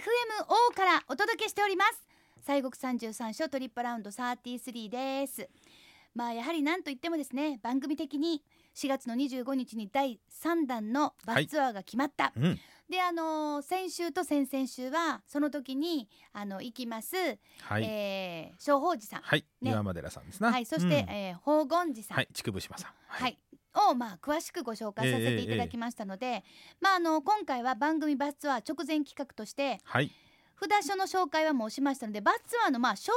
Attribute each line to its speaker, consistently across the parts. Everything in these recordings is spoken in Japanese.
Speaker 1: FMO からお届けしております西国三十三所トリップラウンド33ですまあやはりなんといってもですね番組的に4月の25日に第3弾のバスツアーが決まった、
Speaker 2: うん
Speaker 1: であのー先週と先々週はその時にあの行きます、
Speaker 2: はい、
Speaker 1: えー、正法寺さん、
Speaker 2: はい、
Speaker 1: ね
Speaker 2: 岩間寺さんですな。
Speaker 1: はい、そして、
Speaker 2: うん
Speaker 1: えー宝厳寺さん、
Speaker 2: はい、筑部島さん。
Speaker 1: は。い、をまあ詳しくご紹介させていただきましたので、まああの今回は番組バスツアー直前企画として
Speaker 2: はい、
Speaker 1: 札所の紹介はもうしましたのでバスツアーのまあ詳細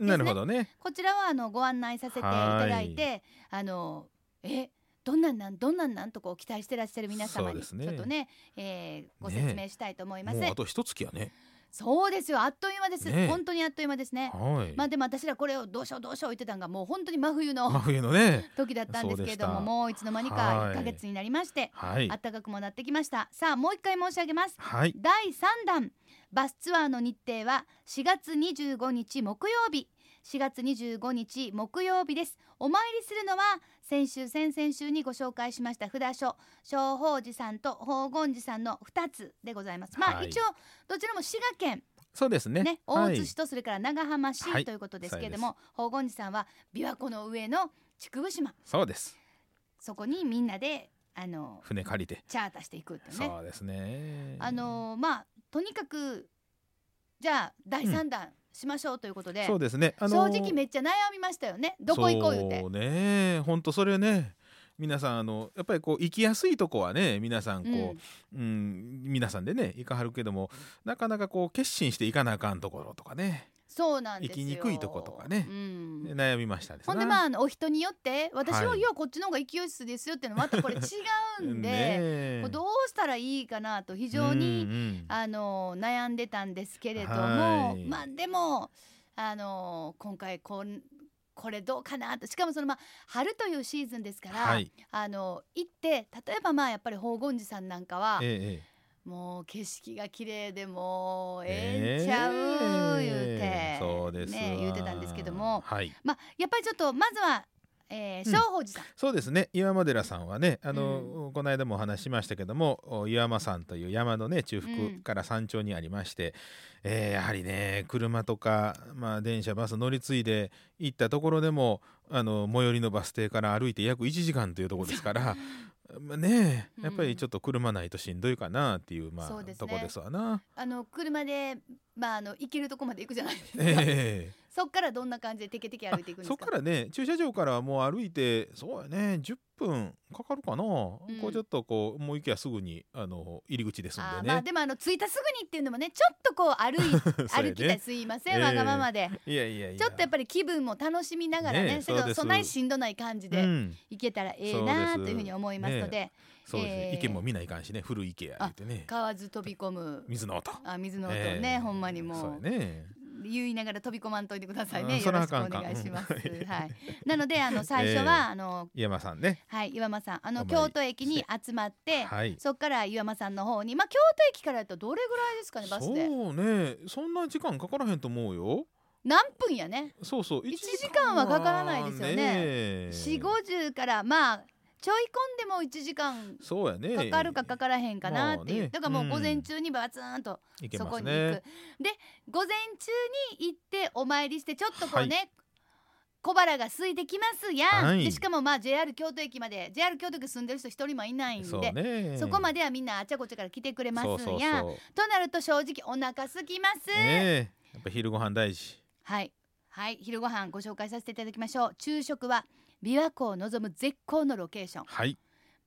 Speaker 1: ね
Speaker 2: なるほどね。
Speaker 1: こちらはあのご案内させていただいてあのえどんなんなんどんなんなんとこう期待してらっしゃる皆様
Speaker 2: そう
Speaker 1: に
Speaker 2: で
Speaker 1: ち
Speaker 2: すね
Speaker 1: ょっとねえーご説明したいと思いま
Speaker 2: も
Speaker 1: す、
Speaker 2: うあと一月やね。
Speaker 1: そうですよあっという間です、
Speaker 2: ねえ
Speaker 1: 本当にあっという間ですね
Speaker 2: はい。
Speaker 1: まあでも私らこれをどうしようどうしよう言ってたんがもう本当に真冬の
Speaker 2: 真冬のね。
Speaker 1: 時だったんですけれど
Speaker 2: そ
Speaker 1: も
Speaker 2: うでした
Speaker 1: もういつの間にか
Speaker 2: はい
Speaker 1: 1ヶ月になりまして
Speaker 2: はい
Speaker 1: あ。ったかくもなってきましたさあもう一回申し上げます
Speaker 2: はい。
Speaker 1: 第3弾バスツアーの日程は4月25日木曜日4月25日木曜日ですお参りするのは先週先々週にご紹介しました札所正法寺さんと宝厳寺さんの2つでございますまあ、
Speaker 2: はい
Speaker 1: 一応どちらも滋賀県
Speaker 2: そうですね。
Speaker 1: ね大津市
Speaker 2: は
Speaker 1: とそれから長浜市
Speaker 2: はい
Speaker 1: ということですけれども、宝厳寺さんは琵琶湖の上の竹生島
Speaker 2: い。そうです。
Speaker 1: そこにみんなであの
Speaker 2: 船借りて。
Speaker 1: チャーターしていくっていうね
Speaker 2: そうですね。
Speaker 1: あのーまあとにかくじゃあ第3弾しましょうということで、
Speaker 2: そうですね。あの
Speaker 1: 正
Speaker 2: ー
Speaker 1: 直めっちゃ悩みましたよねどこ行こう言うて
Speaker 2: そうね本当それね皆さんあのやっぱりこう行きやすいとこはね皆さんこう、
Speaker 1: うん
Speaker 2: うん皆さんでね行かはるけどもなかなかこう決心して行かなあかんところとかね
Speaker 1: そうなんですよ
Speaker 2: 行きにくいとことかね
Speaker 1: うん
Speaker 2: 悩みましたですな
Speaker 1: ほんでまああのお人によって私は、
Speaker 2: はい
Speaker 1: いやこっちの方が勢いっすですよっていうのはまたこれ違うんで、
Speaker 2: ねえ
Speaker 1: こうどうしたらいいかなと非常
Speaker 2: うん
Speaker 1: に、
Speaker 2: うん
Speaker 1: あのー悩んでたんですけれども
Speaker 2: はい
Speaker 1: まあでもあのー今回こんこれどうかなとしかもそのまあ春というシーズンですから、
Speaker 2: はい、
Speaker 1: あの行って例えばまあやっぱり宝厳寺さんなんかは
Speaker 2: えええ
Speaker 1: もう景色が綺麗でもうえ
Speaker 2: え
Speaker 1: えんちゃう言うて、
Speaker 2: ええそうですわ
Speaker 1: ね、言うてたんですけども
Speaker 2: はい、
Speaker 1: まあやっぱりちょっとまずはえー
Speaker 2: うん
Speaker 1: 正法寺さん、
Speaker 2: そうですね岩間寺さんはねあの、この間もお話ししましたけどもお岩間山という山のね中
Speaker 1: うん
Speaker 2: 腹から山頂にありまして、えーやはりね車とか、まあ、電車バス乗り継いで行ったところでもあの最寄りのバス停から歩いて約1時間というところで すから。まあね
Speaker 1: うん
Speaker 2: やっぱりちょっと車ないとしんどいかなっていう、まあ
Speaker 1: そうですね
Speaker 2: とこですわな。
Speaker 1: あの車でまああの行けるとこまで行くじ ゃないですか、
Speaker 2: ええ
Speaker 1: そっからどんな感じでテケテケ歩いていくんです
Speaker 2: そっ
Speaker 1: か
Speaker 2: からね駐車場からもう歩いてそうやね10分かかるかな、
Speaker 1: ん
Speaker 2: こうちょっとこうもう行きゃすぐにあの入り口ですん
Speaker 1: あー
Speaker 2: で
Speaker 1: ま
Speaker 2: ね
Speaker 1: あ、でもあの着いたすぐにっていうのもねちょっとこう歩い
Speaker 2: そうや
Speaker 1: 歩
Speaker 2: ね
Speaker 1: きたいすいません、
Speaker 2: ええ
Speaker 1: わがままで
Speaker 2: いやいやいや
Speaker 1: ちょっとやっぱり気分も楽しみながらね
Speaker 2: ねえ
Speaker 1: それ
Speaker 2: そう
Speaker 1: を
Speaker 2: です
Speaker 1: そんなにしんどない感じで、
Speaker 2: うん、
Speaker 1: 行けたらええなあ
Speaker 2: そ
Speaker 1: と
Speaker 2: うです
Speaker 1: いうふうに思いますので、
Speaker 2: そうですね、
Speaker 1: えー
Speaker 2: 池も見ないかんしね古い池や言ってね
Speaker 1: 川津飛び込む
Speaker 2: 水の音
Speaker 1: あ水の音を
Speaker 2: え
Speaker 1: ね
Speaker 2: え、
Speaker 1: ほんまにもう
Speaker 2: そうやね
Speaker 1: 言いながら飛び込まんといてくださいね
Speaker 2: うん
Speaker 1: よ
Speaker 2: そ
Speaker 1: ろ
Speaker 2: ら
Speaker 1: し
Speaker 2: あ
Speaker 1: く
Speaker 2: か
Speaker 1: お
Speaker 2: んかん
Speaker 1: 願いします、
Speaker 2: うん
Speaker 1: はいなのであ の最初は、
Speaker 2: ええ
Speaker 1: あの
Speaker 2: 井山さんね
Speaker 1: はい岩間さんあ
Speaker 2: お
Speaker 1: の
Speaker 2: 参り
Speaker 1: 京都駅に集まって、
Speaker 2: はい
Speaker 1: そこから岩間さんの方にまあ京都駅からやとどれぐらいですかねバスで
Speaker 2: そうねそんな時間かからへんと思うよ
Speaker 1: 何分やね
Speaker 2: そうそう
Speaker 1: 一
Speaker 2: 一
Speaker 1: 時間はかからないですよね
Speaker 2: ね
Speaker 1: 4 5 0からまあちょい込んでも1時間
Speaker 2: そうやね
Speaker 1: かかるかかからへんかなっていう、
Speaker 2: まあね
Speaker 1: だからもう午
Speaker 2: う
Speaker 1: 前
Speaker 2: ん
Speaker 1: 中にバツンと
Speaker 2: いけ
Speaker 1: そ
Speaker 2: ま
Speaker 1: こ
Speaker 2: す
Speaker 1: に行
Speaker 2: ね
Speaker 1: くで午前中に行ってお参りしてちょっとこうね、
Speaker 2: は
Speaker 1: 小腹が空いてきますやん、
Speaker 2: はい
Speaker 1: でしかもまあ JR 京都駅まで JR 京都駅住んでる人一人もいないんで
Speaker 2: そ
Speaker 1: そ,、
Speaker 2: うね
Speaker 1: こまではみんなあちゃこちゃから来てくれますや
Speaker 2: そ
Speaker 1: ん
Speaker 2: うそうそう
Speaker 1: となると正直お腹空きます、
Speaker 2: ねえやっぱ昼ご飯大事
Speaker 1: はいはい昼ご飯ご紹介させていただきましょう昼食は琵琶湖を望む絶好のロケーション
Speaker 2: はい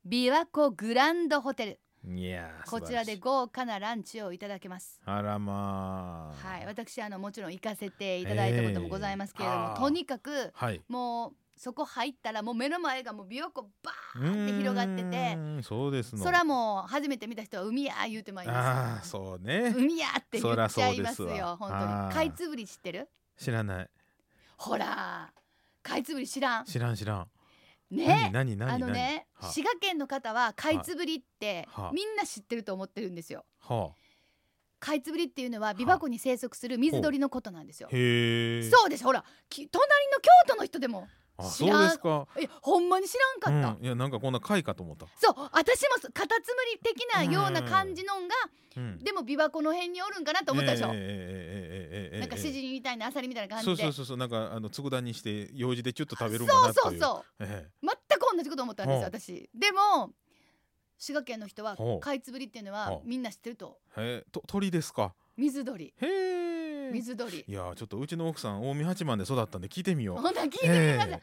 Speaker 1: 琵琶湖グランドホテル
Speaker 2: いやー
Speaker 1: こちらで
Speaker 2: 素晴しい
Speaker 1: 豪華なランチをいただけます
Speaker 2: あらまあ
Speaker 1: はい、私あのもちろん行かせていただいたこともございますけれども、
Speaker 2: えーあー
Speaker 1: とにかく
Speaker 2: はい
Speaker 1: もうそこ入ったらもう目の前がもう琵琶湖バ
Speaker 2: う
Speaker 1: ーンって
Speaker 2: ーん
Speaker 1: 広がってて
Speaker 2: そうですの
Speaker 1: 空もう初めて見た人は海や言うてまいり
Speaker 2: あ
Speaker 1: ま
Speaker 2: あ
Speaker 1: す
Speaker 2: そうね
Speaker 1: 海やって言
Speaker 2: そ
Speaker 1: っ
Speaker 2: ら
Speaker 1: ち
Speaker 2: そ
Speaker 1: ゃ
Speaker 2: う
Speaker 1: い
Speaker 2: で
Speaker 1: ます
Speaker 2: すわ
Speaker 1: よ本当
Speaker 2: あ
Speaker 1: に
Speaker 2: ー
Speaker 1: かいつぶり知ってる
Speaker 2: 知らない
Speaker 1: ほらかいつぶり知らん
Speaker 2: 知らん知らん
Speaker 1: ね
Speaker 2: 何何何
Speaker 1: あのね
Speaker 2: 何は
Speaker 1: 滋賀県の方はかいつぶりって
Speaker 2: は
Speaker 1: みんな知ってると思ってるんですよ
Speaker 2: は
Speaker 1: かいつぶりっていうのは琵琶湖に生息する水鳥のことなんですよ
Speaker 2: あ、へえ
Speaker 1: そうですほらき隣の京都の人でも
Speaker 2: あ
Speaker 1: 知
Speaker 2: そ
Speaker 1: らん
Speaker 2: うですか
Speaker 1: いやほんまに知らんかった、
Speaker 2: うん、いやなんかこんな貝かと思った、
Speaker 1: そう私もそうカタツムリ的なような感じのんが、
Speaker 2: うん、
Speaker 1: でも琵琶湖の辺におるんかなと思ったでしょ、
Speaker 2: えええええええええええ
Speaker 1: なんか詩人みたいなアサリみたいな感じ
Speaker 2: そ
Speaker 1: で
Speaker 2: うそうそうそうなんかあの佃煮して用事でちょっと食べるんかなと
Speaker 1: そ
Speaker 2: いうう
Speaker 1: そう
Speaker 2: う、え
Speaker 1: 全く同じこと思ったんです
Speaker 2: ほう
Speaker 1: 私でも滋賀県の人は
Speaker 2: ほう
Speaker 1: カイツブリっていうのは
Speaker 2: ほう
Speaker 1: みんな知ってると
Speaker 2: えへえと鳥ですか
Speaker 1: 水鳥
Speaker 2: へえ
Speaker 1: 水鳥
Speaker 2: いやーちょっとうちの奥さん近江八幡で育ったんで聞いてみよう
Speaker 1: ほんなら聞いてみてください、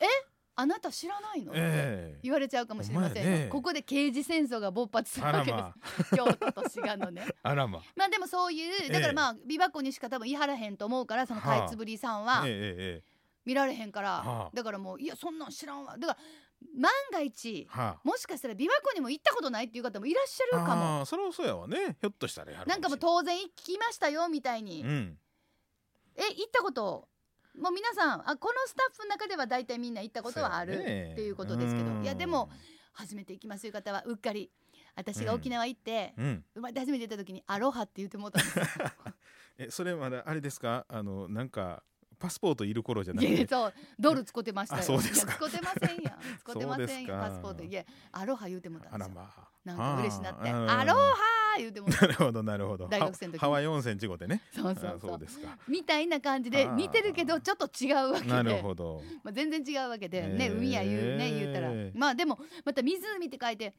Speaker 2: え
Speaker 1: あなた知らないの、
Speaker 2: えええ
Speaker 1: 言われちゃうかもしれませんよ、
Speaker 2: ほんまやね
Speaker 1: ここで刑事戦争が勃発する
Speaker 2: あ
Speaker 1: わ
Speaker 2: ら
Speaker 1: けです
Speaker 2: ま
Speaker 1: 京都と滋賀のね
Speaker 2: あらま
Speaker 1: まあでもそうい
Speaker 2: え
Speaker 1: う
Speaker 2: え
Speaker 1: だからまあ琵琶湖にしか多分言い張らへんと思うからその
Speaker 2: はあ
Speaker 1: カイツブリさんは
Speaker 2: えええええ
Speaker 1: 見られへんから、
Speaker 2: はあ
Speaker 1: だからもういやそんなん知らんわだから万が一
Speaker 2: えは
Speaker 1: もしかしたら琵琶湖にも行ったことないっていう方もいらっしゃ
Speaker 2: あ
Speaker 1: るかも
Speaker 2: あーそれはそうやわねひょっとしたらやる
Speaker 1: なんかもう当然行きましたよみたいに、
Speaker 2: ううん
Speaker 1: え行ったこともう皆さんあこのスタッフの中では大体みんな行ったことはある、
Speaker 2: そうやね
Speaker 1: っていうことですけど
Speaker 2: うん
Speaker 1: いやでも初めて行きますいう方はうっかり私が沖縄行って、
Speaker 2: うん
Speaker 1: うまい初めて行った時に「アロハ」って言ってもうたんです
Speaker 2: えそれまだあれですかあのなんかパスポートいる頃じゃなく
Speaker 1: いや
Speaker 2: て
Speaker 1: そうドル使ってましたよ
Speaker 2: あそうですか
Speaker 1: いや使ってませんやん使ってませんよ
Speaker 2: そうです
Speaker 1: パ
Speaker 2: か
Speaker 1: スポートいやアロハ言うてもうた
Speaker 2: あ
Speaker 1: んで
Speaker 2: ら
Speaker 1: すよ
Speaker 2: まあ
Speaker 1: なんか嬉しなって「
Speaker 2: あー
Speaker 1: アロハ」言うて もうた
Speaker 2: なるほどなるほ ど
Speaker 1: 大学生の時に
Speaker 2: ハハワイ温泉事故でね
Speaker 1: そう
Speaker 2: あ
Speaker 1: そうそう
Speaker 2: そうです か
Speaker 1: みたいな感じで
Speaker 2: あー
Speaker 1: 似てるけどちょっと違うわけで
Speaker 2: なるほど
Speaker 1: まあ、全然違うわけで、ね
Speaker 2: えー
Speaker 1: 海や言うね言ったらまあでもまた湖って書いて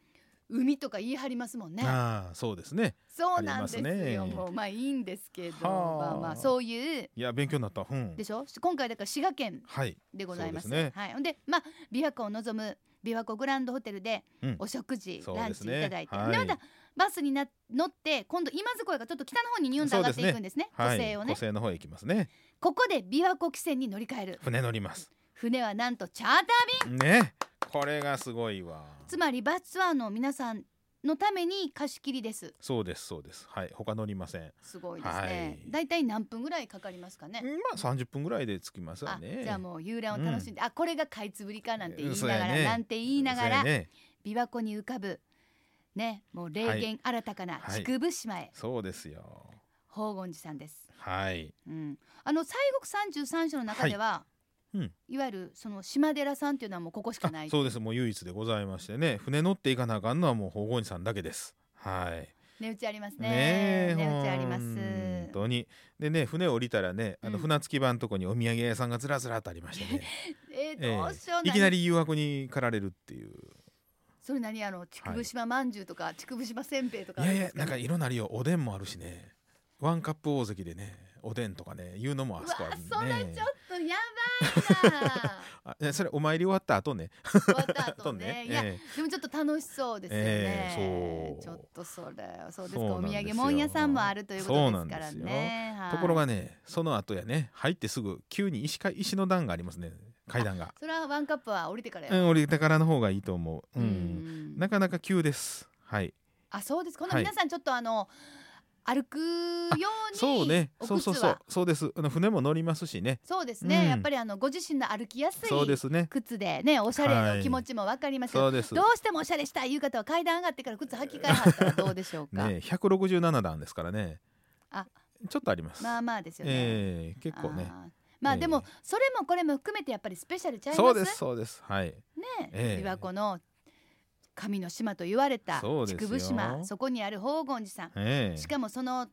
Speaker 1: 海とか言い張りますもんね
Speaker 2: ああそうですね
Speaker 1: そうなんですよ
Speaker 2: ありますね
Speaker 1: もうまあいいんですけど
Speaker 2: は
Speaker 1: ま
Speaker 2: あ
Speaker 1: あまあそういう
Speaker 2: いや勉強になったうん
Speaker 1: でしょ今回だから滋賀県
Speaker 2: はい
Speaker 1: でございます
Speaker 2: そうですね
Speaker 1: はい、ほんでまあ琵琶湖を望む琵琶湖グランドホテルで
Speaker 2: うん
Speaker 1: お食事、
Speaker 2: そう
Speaker 1: ラン
Speaker 2: で
Speaker 1: チ
Speaker 2: す
Speaker 1: い
Speaker 2: ね
Speaker 1: ただいて、
Speaker 2: はい
Speaker 1: でまたバスにな乗って今度今津湖がちょっと北の方にニュンと上がっていくんですね
Speaker 2: は
Speaker 1: 湖
Speaker 2: い
Speaker 1: 西をね
Speaker 2: 湖西の方へ行きますね
Speaker 1: ここで琵琶湖汽船に乗り換える
Speaker 2: 船乗ります
Speaker 1: 船はなんとチャーター
Speaker 2: ねこれがすごいわ
Speaker 1: つまりバスツアーの皆さんのために貸し切りです。
Speaker 2: そうですそうですはい他乗りません
Speaker 1: すごいですね。
Speaker 2: はい
Speaker 1: だいたい何分ぐらいかかりますかね。
Speaker 2: まあ30分ぐらいで着きますわ
Speaker 1: あ、
Speaker 2: ね
Speaker 1: じゃあもう遊覧を楽しんで、あ、これがかいつぶりかなんて言いなが
Speaker 2: そう
Speaker 1: ら、
Speaker 2: やね
Speaker 1: なんて言いながら、
Speaker 2: そうやね
Speaker 1: 琵琶湖に浮かぶ。ね、もう霊言新たかな
Speaker 2: はい
Speaker 1: 竹生島へ、
Speaker 2: そうですよ
Speaker 1: 宝厳寺さんです。
Speaker 2: はい
Speaker 1: うん、あの西国三十三所の中では、
Speaker 2: いうん
Speaker 1: いわゆるその島寺さんっていうのはもうここしか
Speaker 2: あ
Speaker 1: ない。
Speaker 2: そうですもう唯一でございましてね船乗っていかなあかんのはもう宝厳寺さんだけですはい
Speaker 1: 値打ちあります
Speaker 2: ね
Speaker 1: ね。
Speaker 2: え
Speaker 1: 値打ちあります。
Speaker 2: 本当にでね船降りたらねあ
Speaker 1: う
Speaker 2: の
Speaker 1: ん
Speaker 2: 船着き場のとこにお土産屋さんがずらずらっとありましてね、
Speaker 1: えー、
Speaker 2: ええ
Speaker 1: どうしよう、
Speaker 2: いきなり誘惑に駆られるっていう
Speaker 1: それ何あの竹生島まんじゅうとか、竹生島せんべいとか
Speaker 2: い
Speaker 1: あ
Speaker 2: や
Speaker 1: る
Speaker 2: い
Speaker 1: で
Speaker 2: や
Speaker 1: す
Speaker 2: なん
Speaker 1: ね
Speaker 2: か色なりよおでんもあるしねワンカップ大関でねおでんとかねいうのもあそこあるん
Speaker 1: うわそれ
Speaker 2: でね
Speaker 1: ちょっとやばいな あ
Speaker 2: あいやそれお参り終わった後ね
Speaker 1: 終わった後ねいや、
Speaker 2: ええ
Speaker 1: でもちょっと楽しそうですよね、
Speaker 2: ええそう
Speaker 1: ちょっとそれそうですか
Speaker 2: そう
Speaker 1: お
Speaker 2: な
Speaker 1: 土
Speaker 2: んですよ
Speaker 1: 産もん屋さんもあるということですから
Speaker 2: そうな
Speaker 1: ねはい
Speaker 2: ところがねその後やね入ってすぐ急に石か石の段がありますね階段が
Speaker 1: それはワンカップは降りてから
Speaker 2: う
Speaker 1: や、
Speaker 2: ん降りてからの方がいいと思う、
Speaker 1: う
Speaker 2: うん、なかなか急ですはい
Speaker 1: あそうですこの
Speaker 2: はい
Speaker 1: 皆さんちょっとあの、歩くように
Speaker 2: そうね、
Speaker 1: お靴
Speaker 2: そ
Speaker 1: は
Speaker 2: うそうそう、そうです。あの船も乗りますしね。
Speaker 1: そうですね、
Speaker 2: うん
Speaker 1: やっぱりあのご自身の歩きやすい
Speaker 2: そうですね。
Speaker 1: 靴でねおしゃれの気持ちもわかりますけど
Speaker 2: そうです。
Speaker 1: ど
Speaker 2: ね
Speaker 1: うしてもおしゃれしたいいう方は階段上がってから靴履き替えはったらどうでしょう か、
Speaker 2: え、百六十七段ですからね。
Speaker 1: あ
Speaker 2: ちょっとあります。
Speaker 1: まあまあですよね、
Speaker 2: ええ結構ね。
Speaker 1: あーまあ
Speaker 2: ええ
Speaker 1: でもそれもこれも含めてやっぱりスペシャルちゃいます
Speaker 2: そうです、そうです。はい。
Speaker 1: ね、
Speaker 2: ええ
Speaker 1: 琵琶湖の神の島と言われた
Speaker 2: そうです
Speaker 1: 竹
Speaker 2: よ
Speaker 1: 生島そこにある宝厳寺さん、
Speaker 2: ええ
Speaker 1: しかもその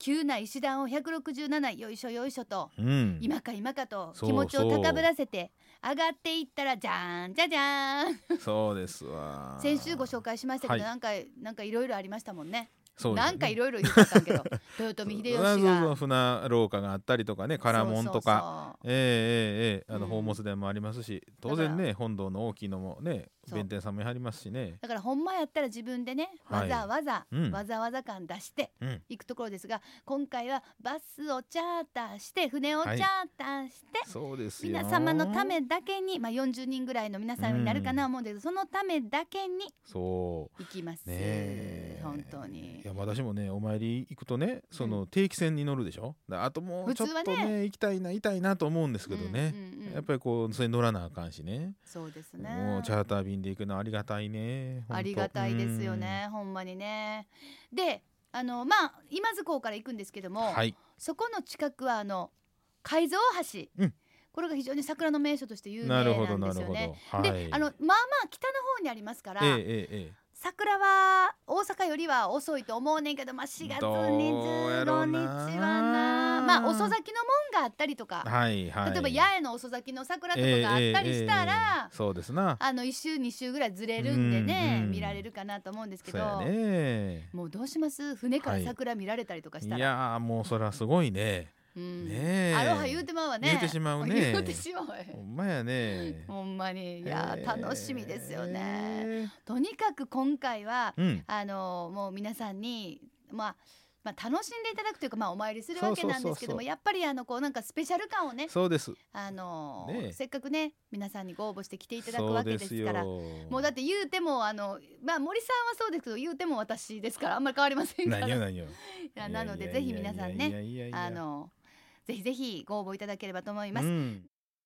Speaker 1: 急な石段を167よいしょよいしょと
Speaker 2: うん。
Speaker 1: 今か今かと
Speaker 2: そう
Speaker 1: 気持ちを高ぶらせて上がっていったらじゃーんじゃじゃーん
Speaker 2: そうですわ。
Speaker 1: 先週ご紹介しましたけど、
Speaker 2: はい
Speaker 1: なんかなんかいろいろありましたもんね
Speaker 2: そうですね。
Speaker 1: なんかいろいろ言ってたけ ど豊臣秀吉が
Speaker 2: そうそうそう船廊下があったりとかね、唐門とか。
Speaker 1: か
Speaker 2: ええええええあの
Speaker 1: うん
Speaker 2: 宝物殿もありますし、当然ね本堂の大きいのもね
Speaker 1: そう
Speaker 2: 弁天さんもやはりますしね
Speaker 1: だからほんまやったら自分でねわ
Speaker 2: はい
Speaker 1: ざわざ、
Speaker 2: うん
Speaker 1: わざわざ感出して
Speaker 2: うん
Speaker 1: いくところですが今回はバスをチャーターして船をチャーターして、
Speaker 2: そうですよ
Speaker 1: 皆様のためだけにまあ40人ぐらいの皆さんになるかな思うんだけど、そのためだけに
Speaker 2: そう
Speaker 1: 行きます、
Speaker 2: ねえ
Speaker 1: 本当に
Speaker 2: いや私もねお参り行くとねその定期船に乗るでしょ、だあともう
Speaker 1: 普
Speaker 2: ちょっ
Speaker 1: 通はね
Speaker 2: とね行きたいな行きたいなと思うんですけどね、
Speaker 1: うんうんうん
Speaker 2: やっぱりこうそれに乗らなあかんしね
Speaker 1: そうですね
Speaker 2: もうチャーター便で行くのありがたいねほんと
Speaker 1: ありがたいですよね、ほんまにね。であのまあ今津港から行くんですけど
Speaker 2: うん
Speaker 1: も、
Speaker 2: はい
Speaker 1: そこの近くはあの海蔵大橋、
Speaker 2: うん
Speaker 1: ここれが非常に桜の名所として有名な
Speaker 2: なん
Speaker 1: で
Speaker 2: る
Speaker 1: すよね。
Speaker 2: ほどなるほど。
Speaker 1: であのまあまあ北の方にありますから、
Speaker 2: ええええええ
Speaker 1: 桜は大阪よりは遅いと思うねんけど、まあ、4月
Speaker 2: どうやろ
Speaker 1: 25
Speaker 2: う
Speaker 1: 日
Speaker 2: な
Speaker 1: はなまあ遅咲きの門があったりとか、
Speaker 2: はいはい。
Speaker 1: 例えば八重の遅咲きの桜とかがあったりしたら、
Speaker 2: そうですな。
Speaker 1: あの1週2週ぐらいずれるんでね、
Speaker 2: うんうん
Speaker 1: 見られるかなと思うんですけ
Speaker 2: そう
Speaker 1: ど、
Speaker 2: やね。
Speaker 1: もうどうします船から
Speaker 2: はい
Speaker 1: 桜見られたりとかし
Speaker 2: い
Speaker 1: たら、
Speaker 2: やーもうそらすごいね。
Speaker 1: うん
Speaker 2: ねえ
Speaker 1: アロハ言うてまうわね
Speaker 2: 言うてしまうね
Speaker 1: 言うてしまうわ
Speaker 2: ほんまやね。
Speaker 1: ほんまにいやー
Speaker 2: えー
Speaker 1: 楽しみですよね、。とにかく今回は
Speaker 2: うん。
Speaker 1: あのもう皆さんにまあまあ、楽しんでいただくというか、まあ、お参りするわけなんですけども
Speaker 2: そうそうそうそう
Speaker 1: やっぱりあのこうなんかスペシャル感をね、
Speaker 2: そうです。
Speaker 1: あの
Speaker 2: ねえ
Speaker 1: せっかくね皆さんにご応募して来ていただく
Speaker 2: そ
Speaker 1: わ
Speaker 2: う
Speaker 1: け
Speaker 2: で
Speaker 1: ですすか
Speaker 2: よ
Speaker 1: ら。もうだって言うてもあの、まあ、森さんはそうですけど言うても私ですからあんまり変わりませんから
Speaker 2: 何よ
Speaker 1: い
Speaker 2: 何よ。
Speaker 1: やなのでぜひ皆さんね
Speaker 2: ね
Speaker 1: あのぜひぜひご応募いただければと思います。
Speaker 2: うん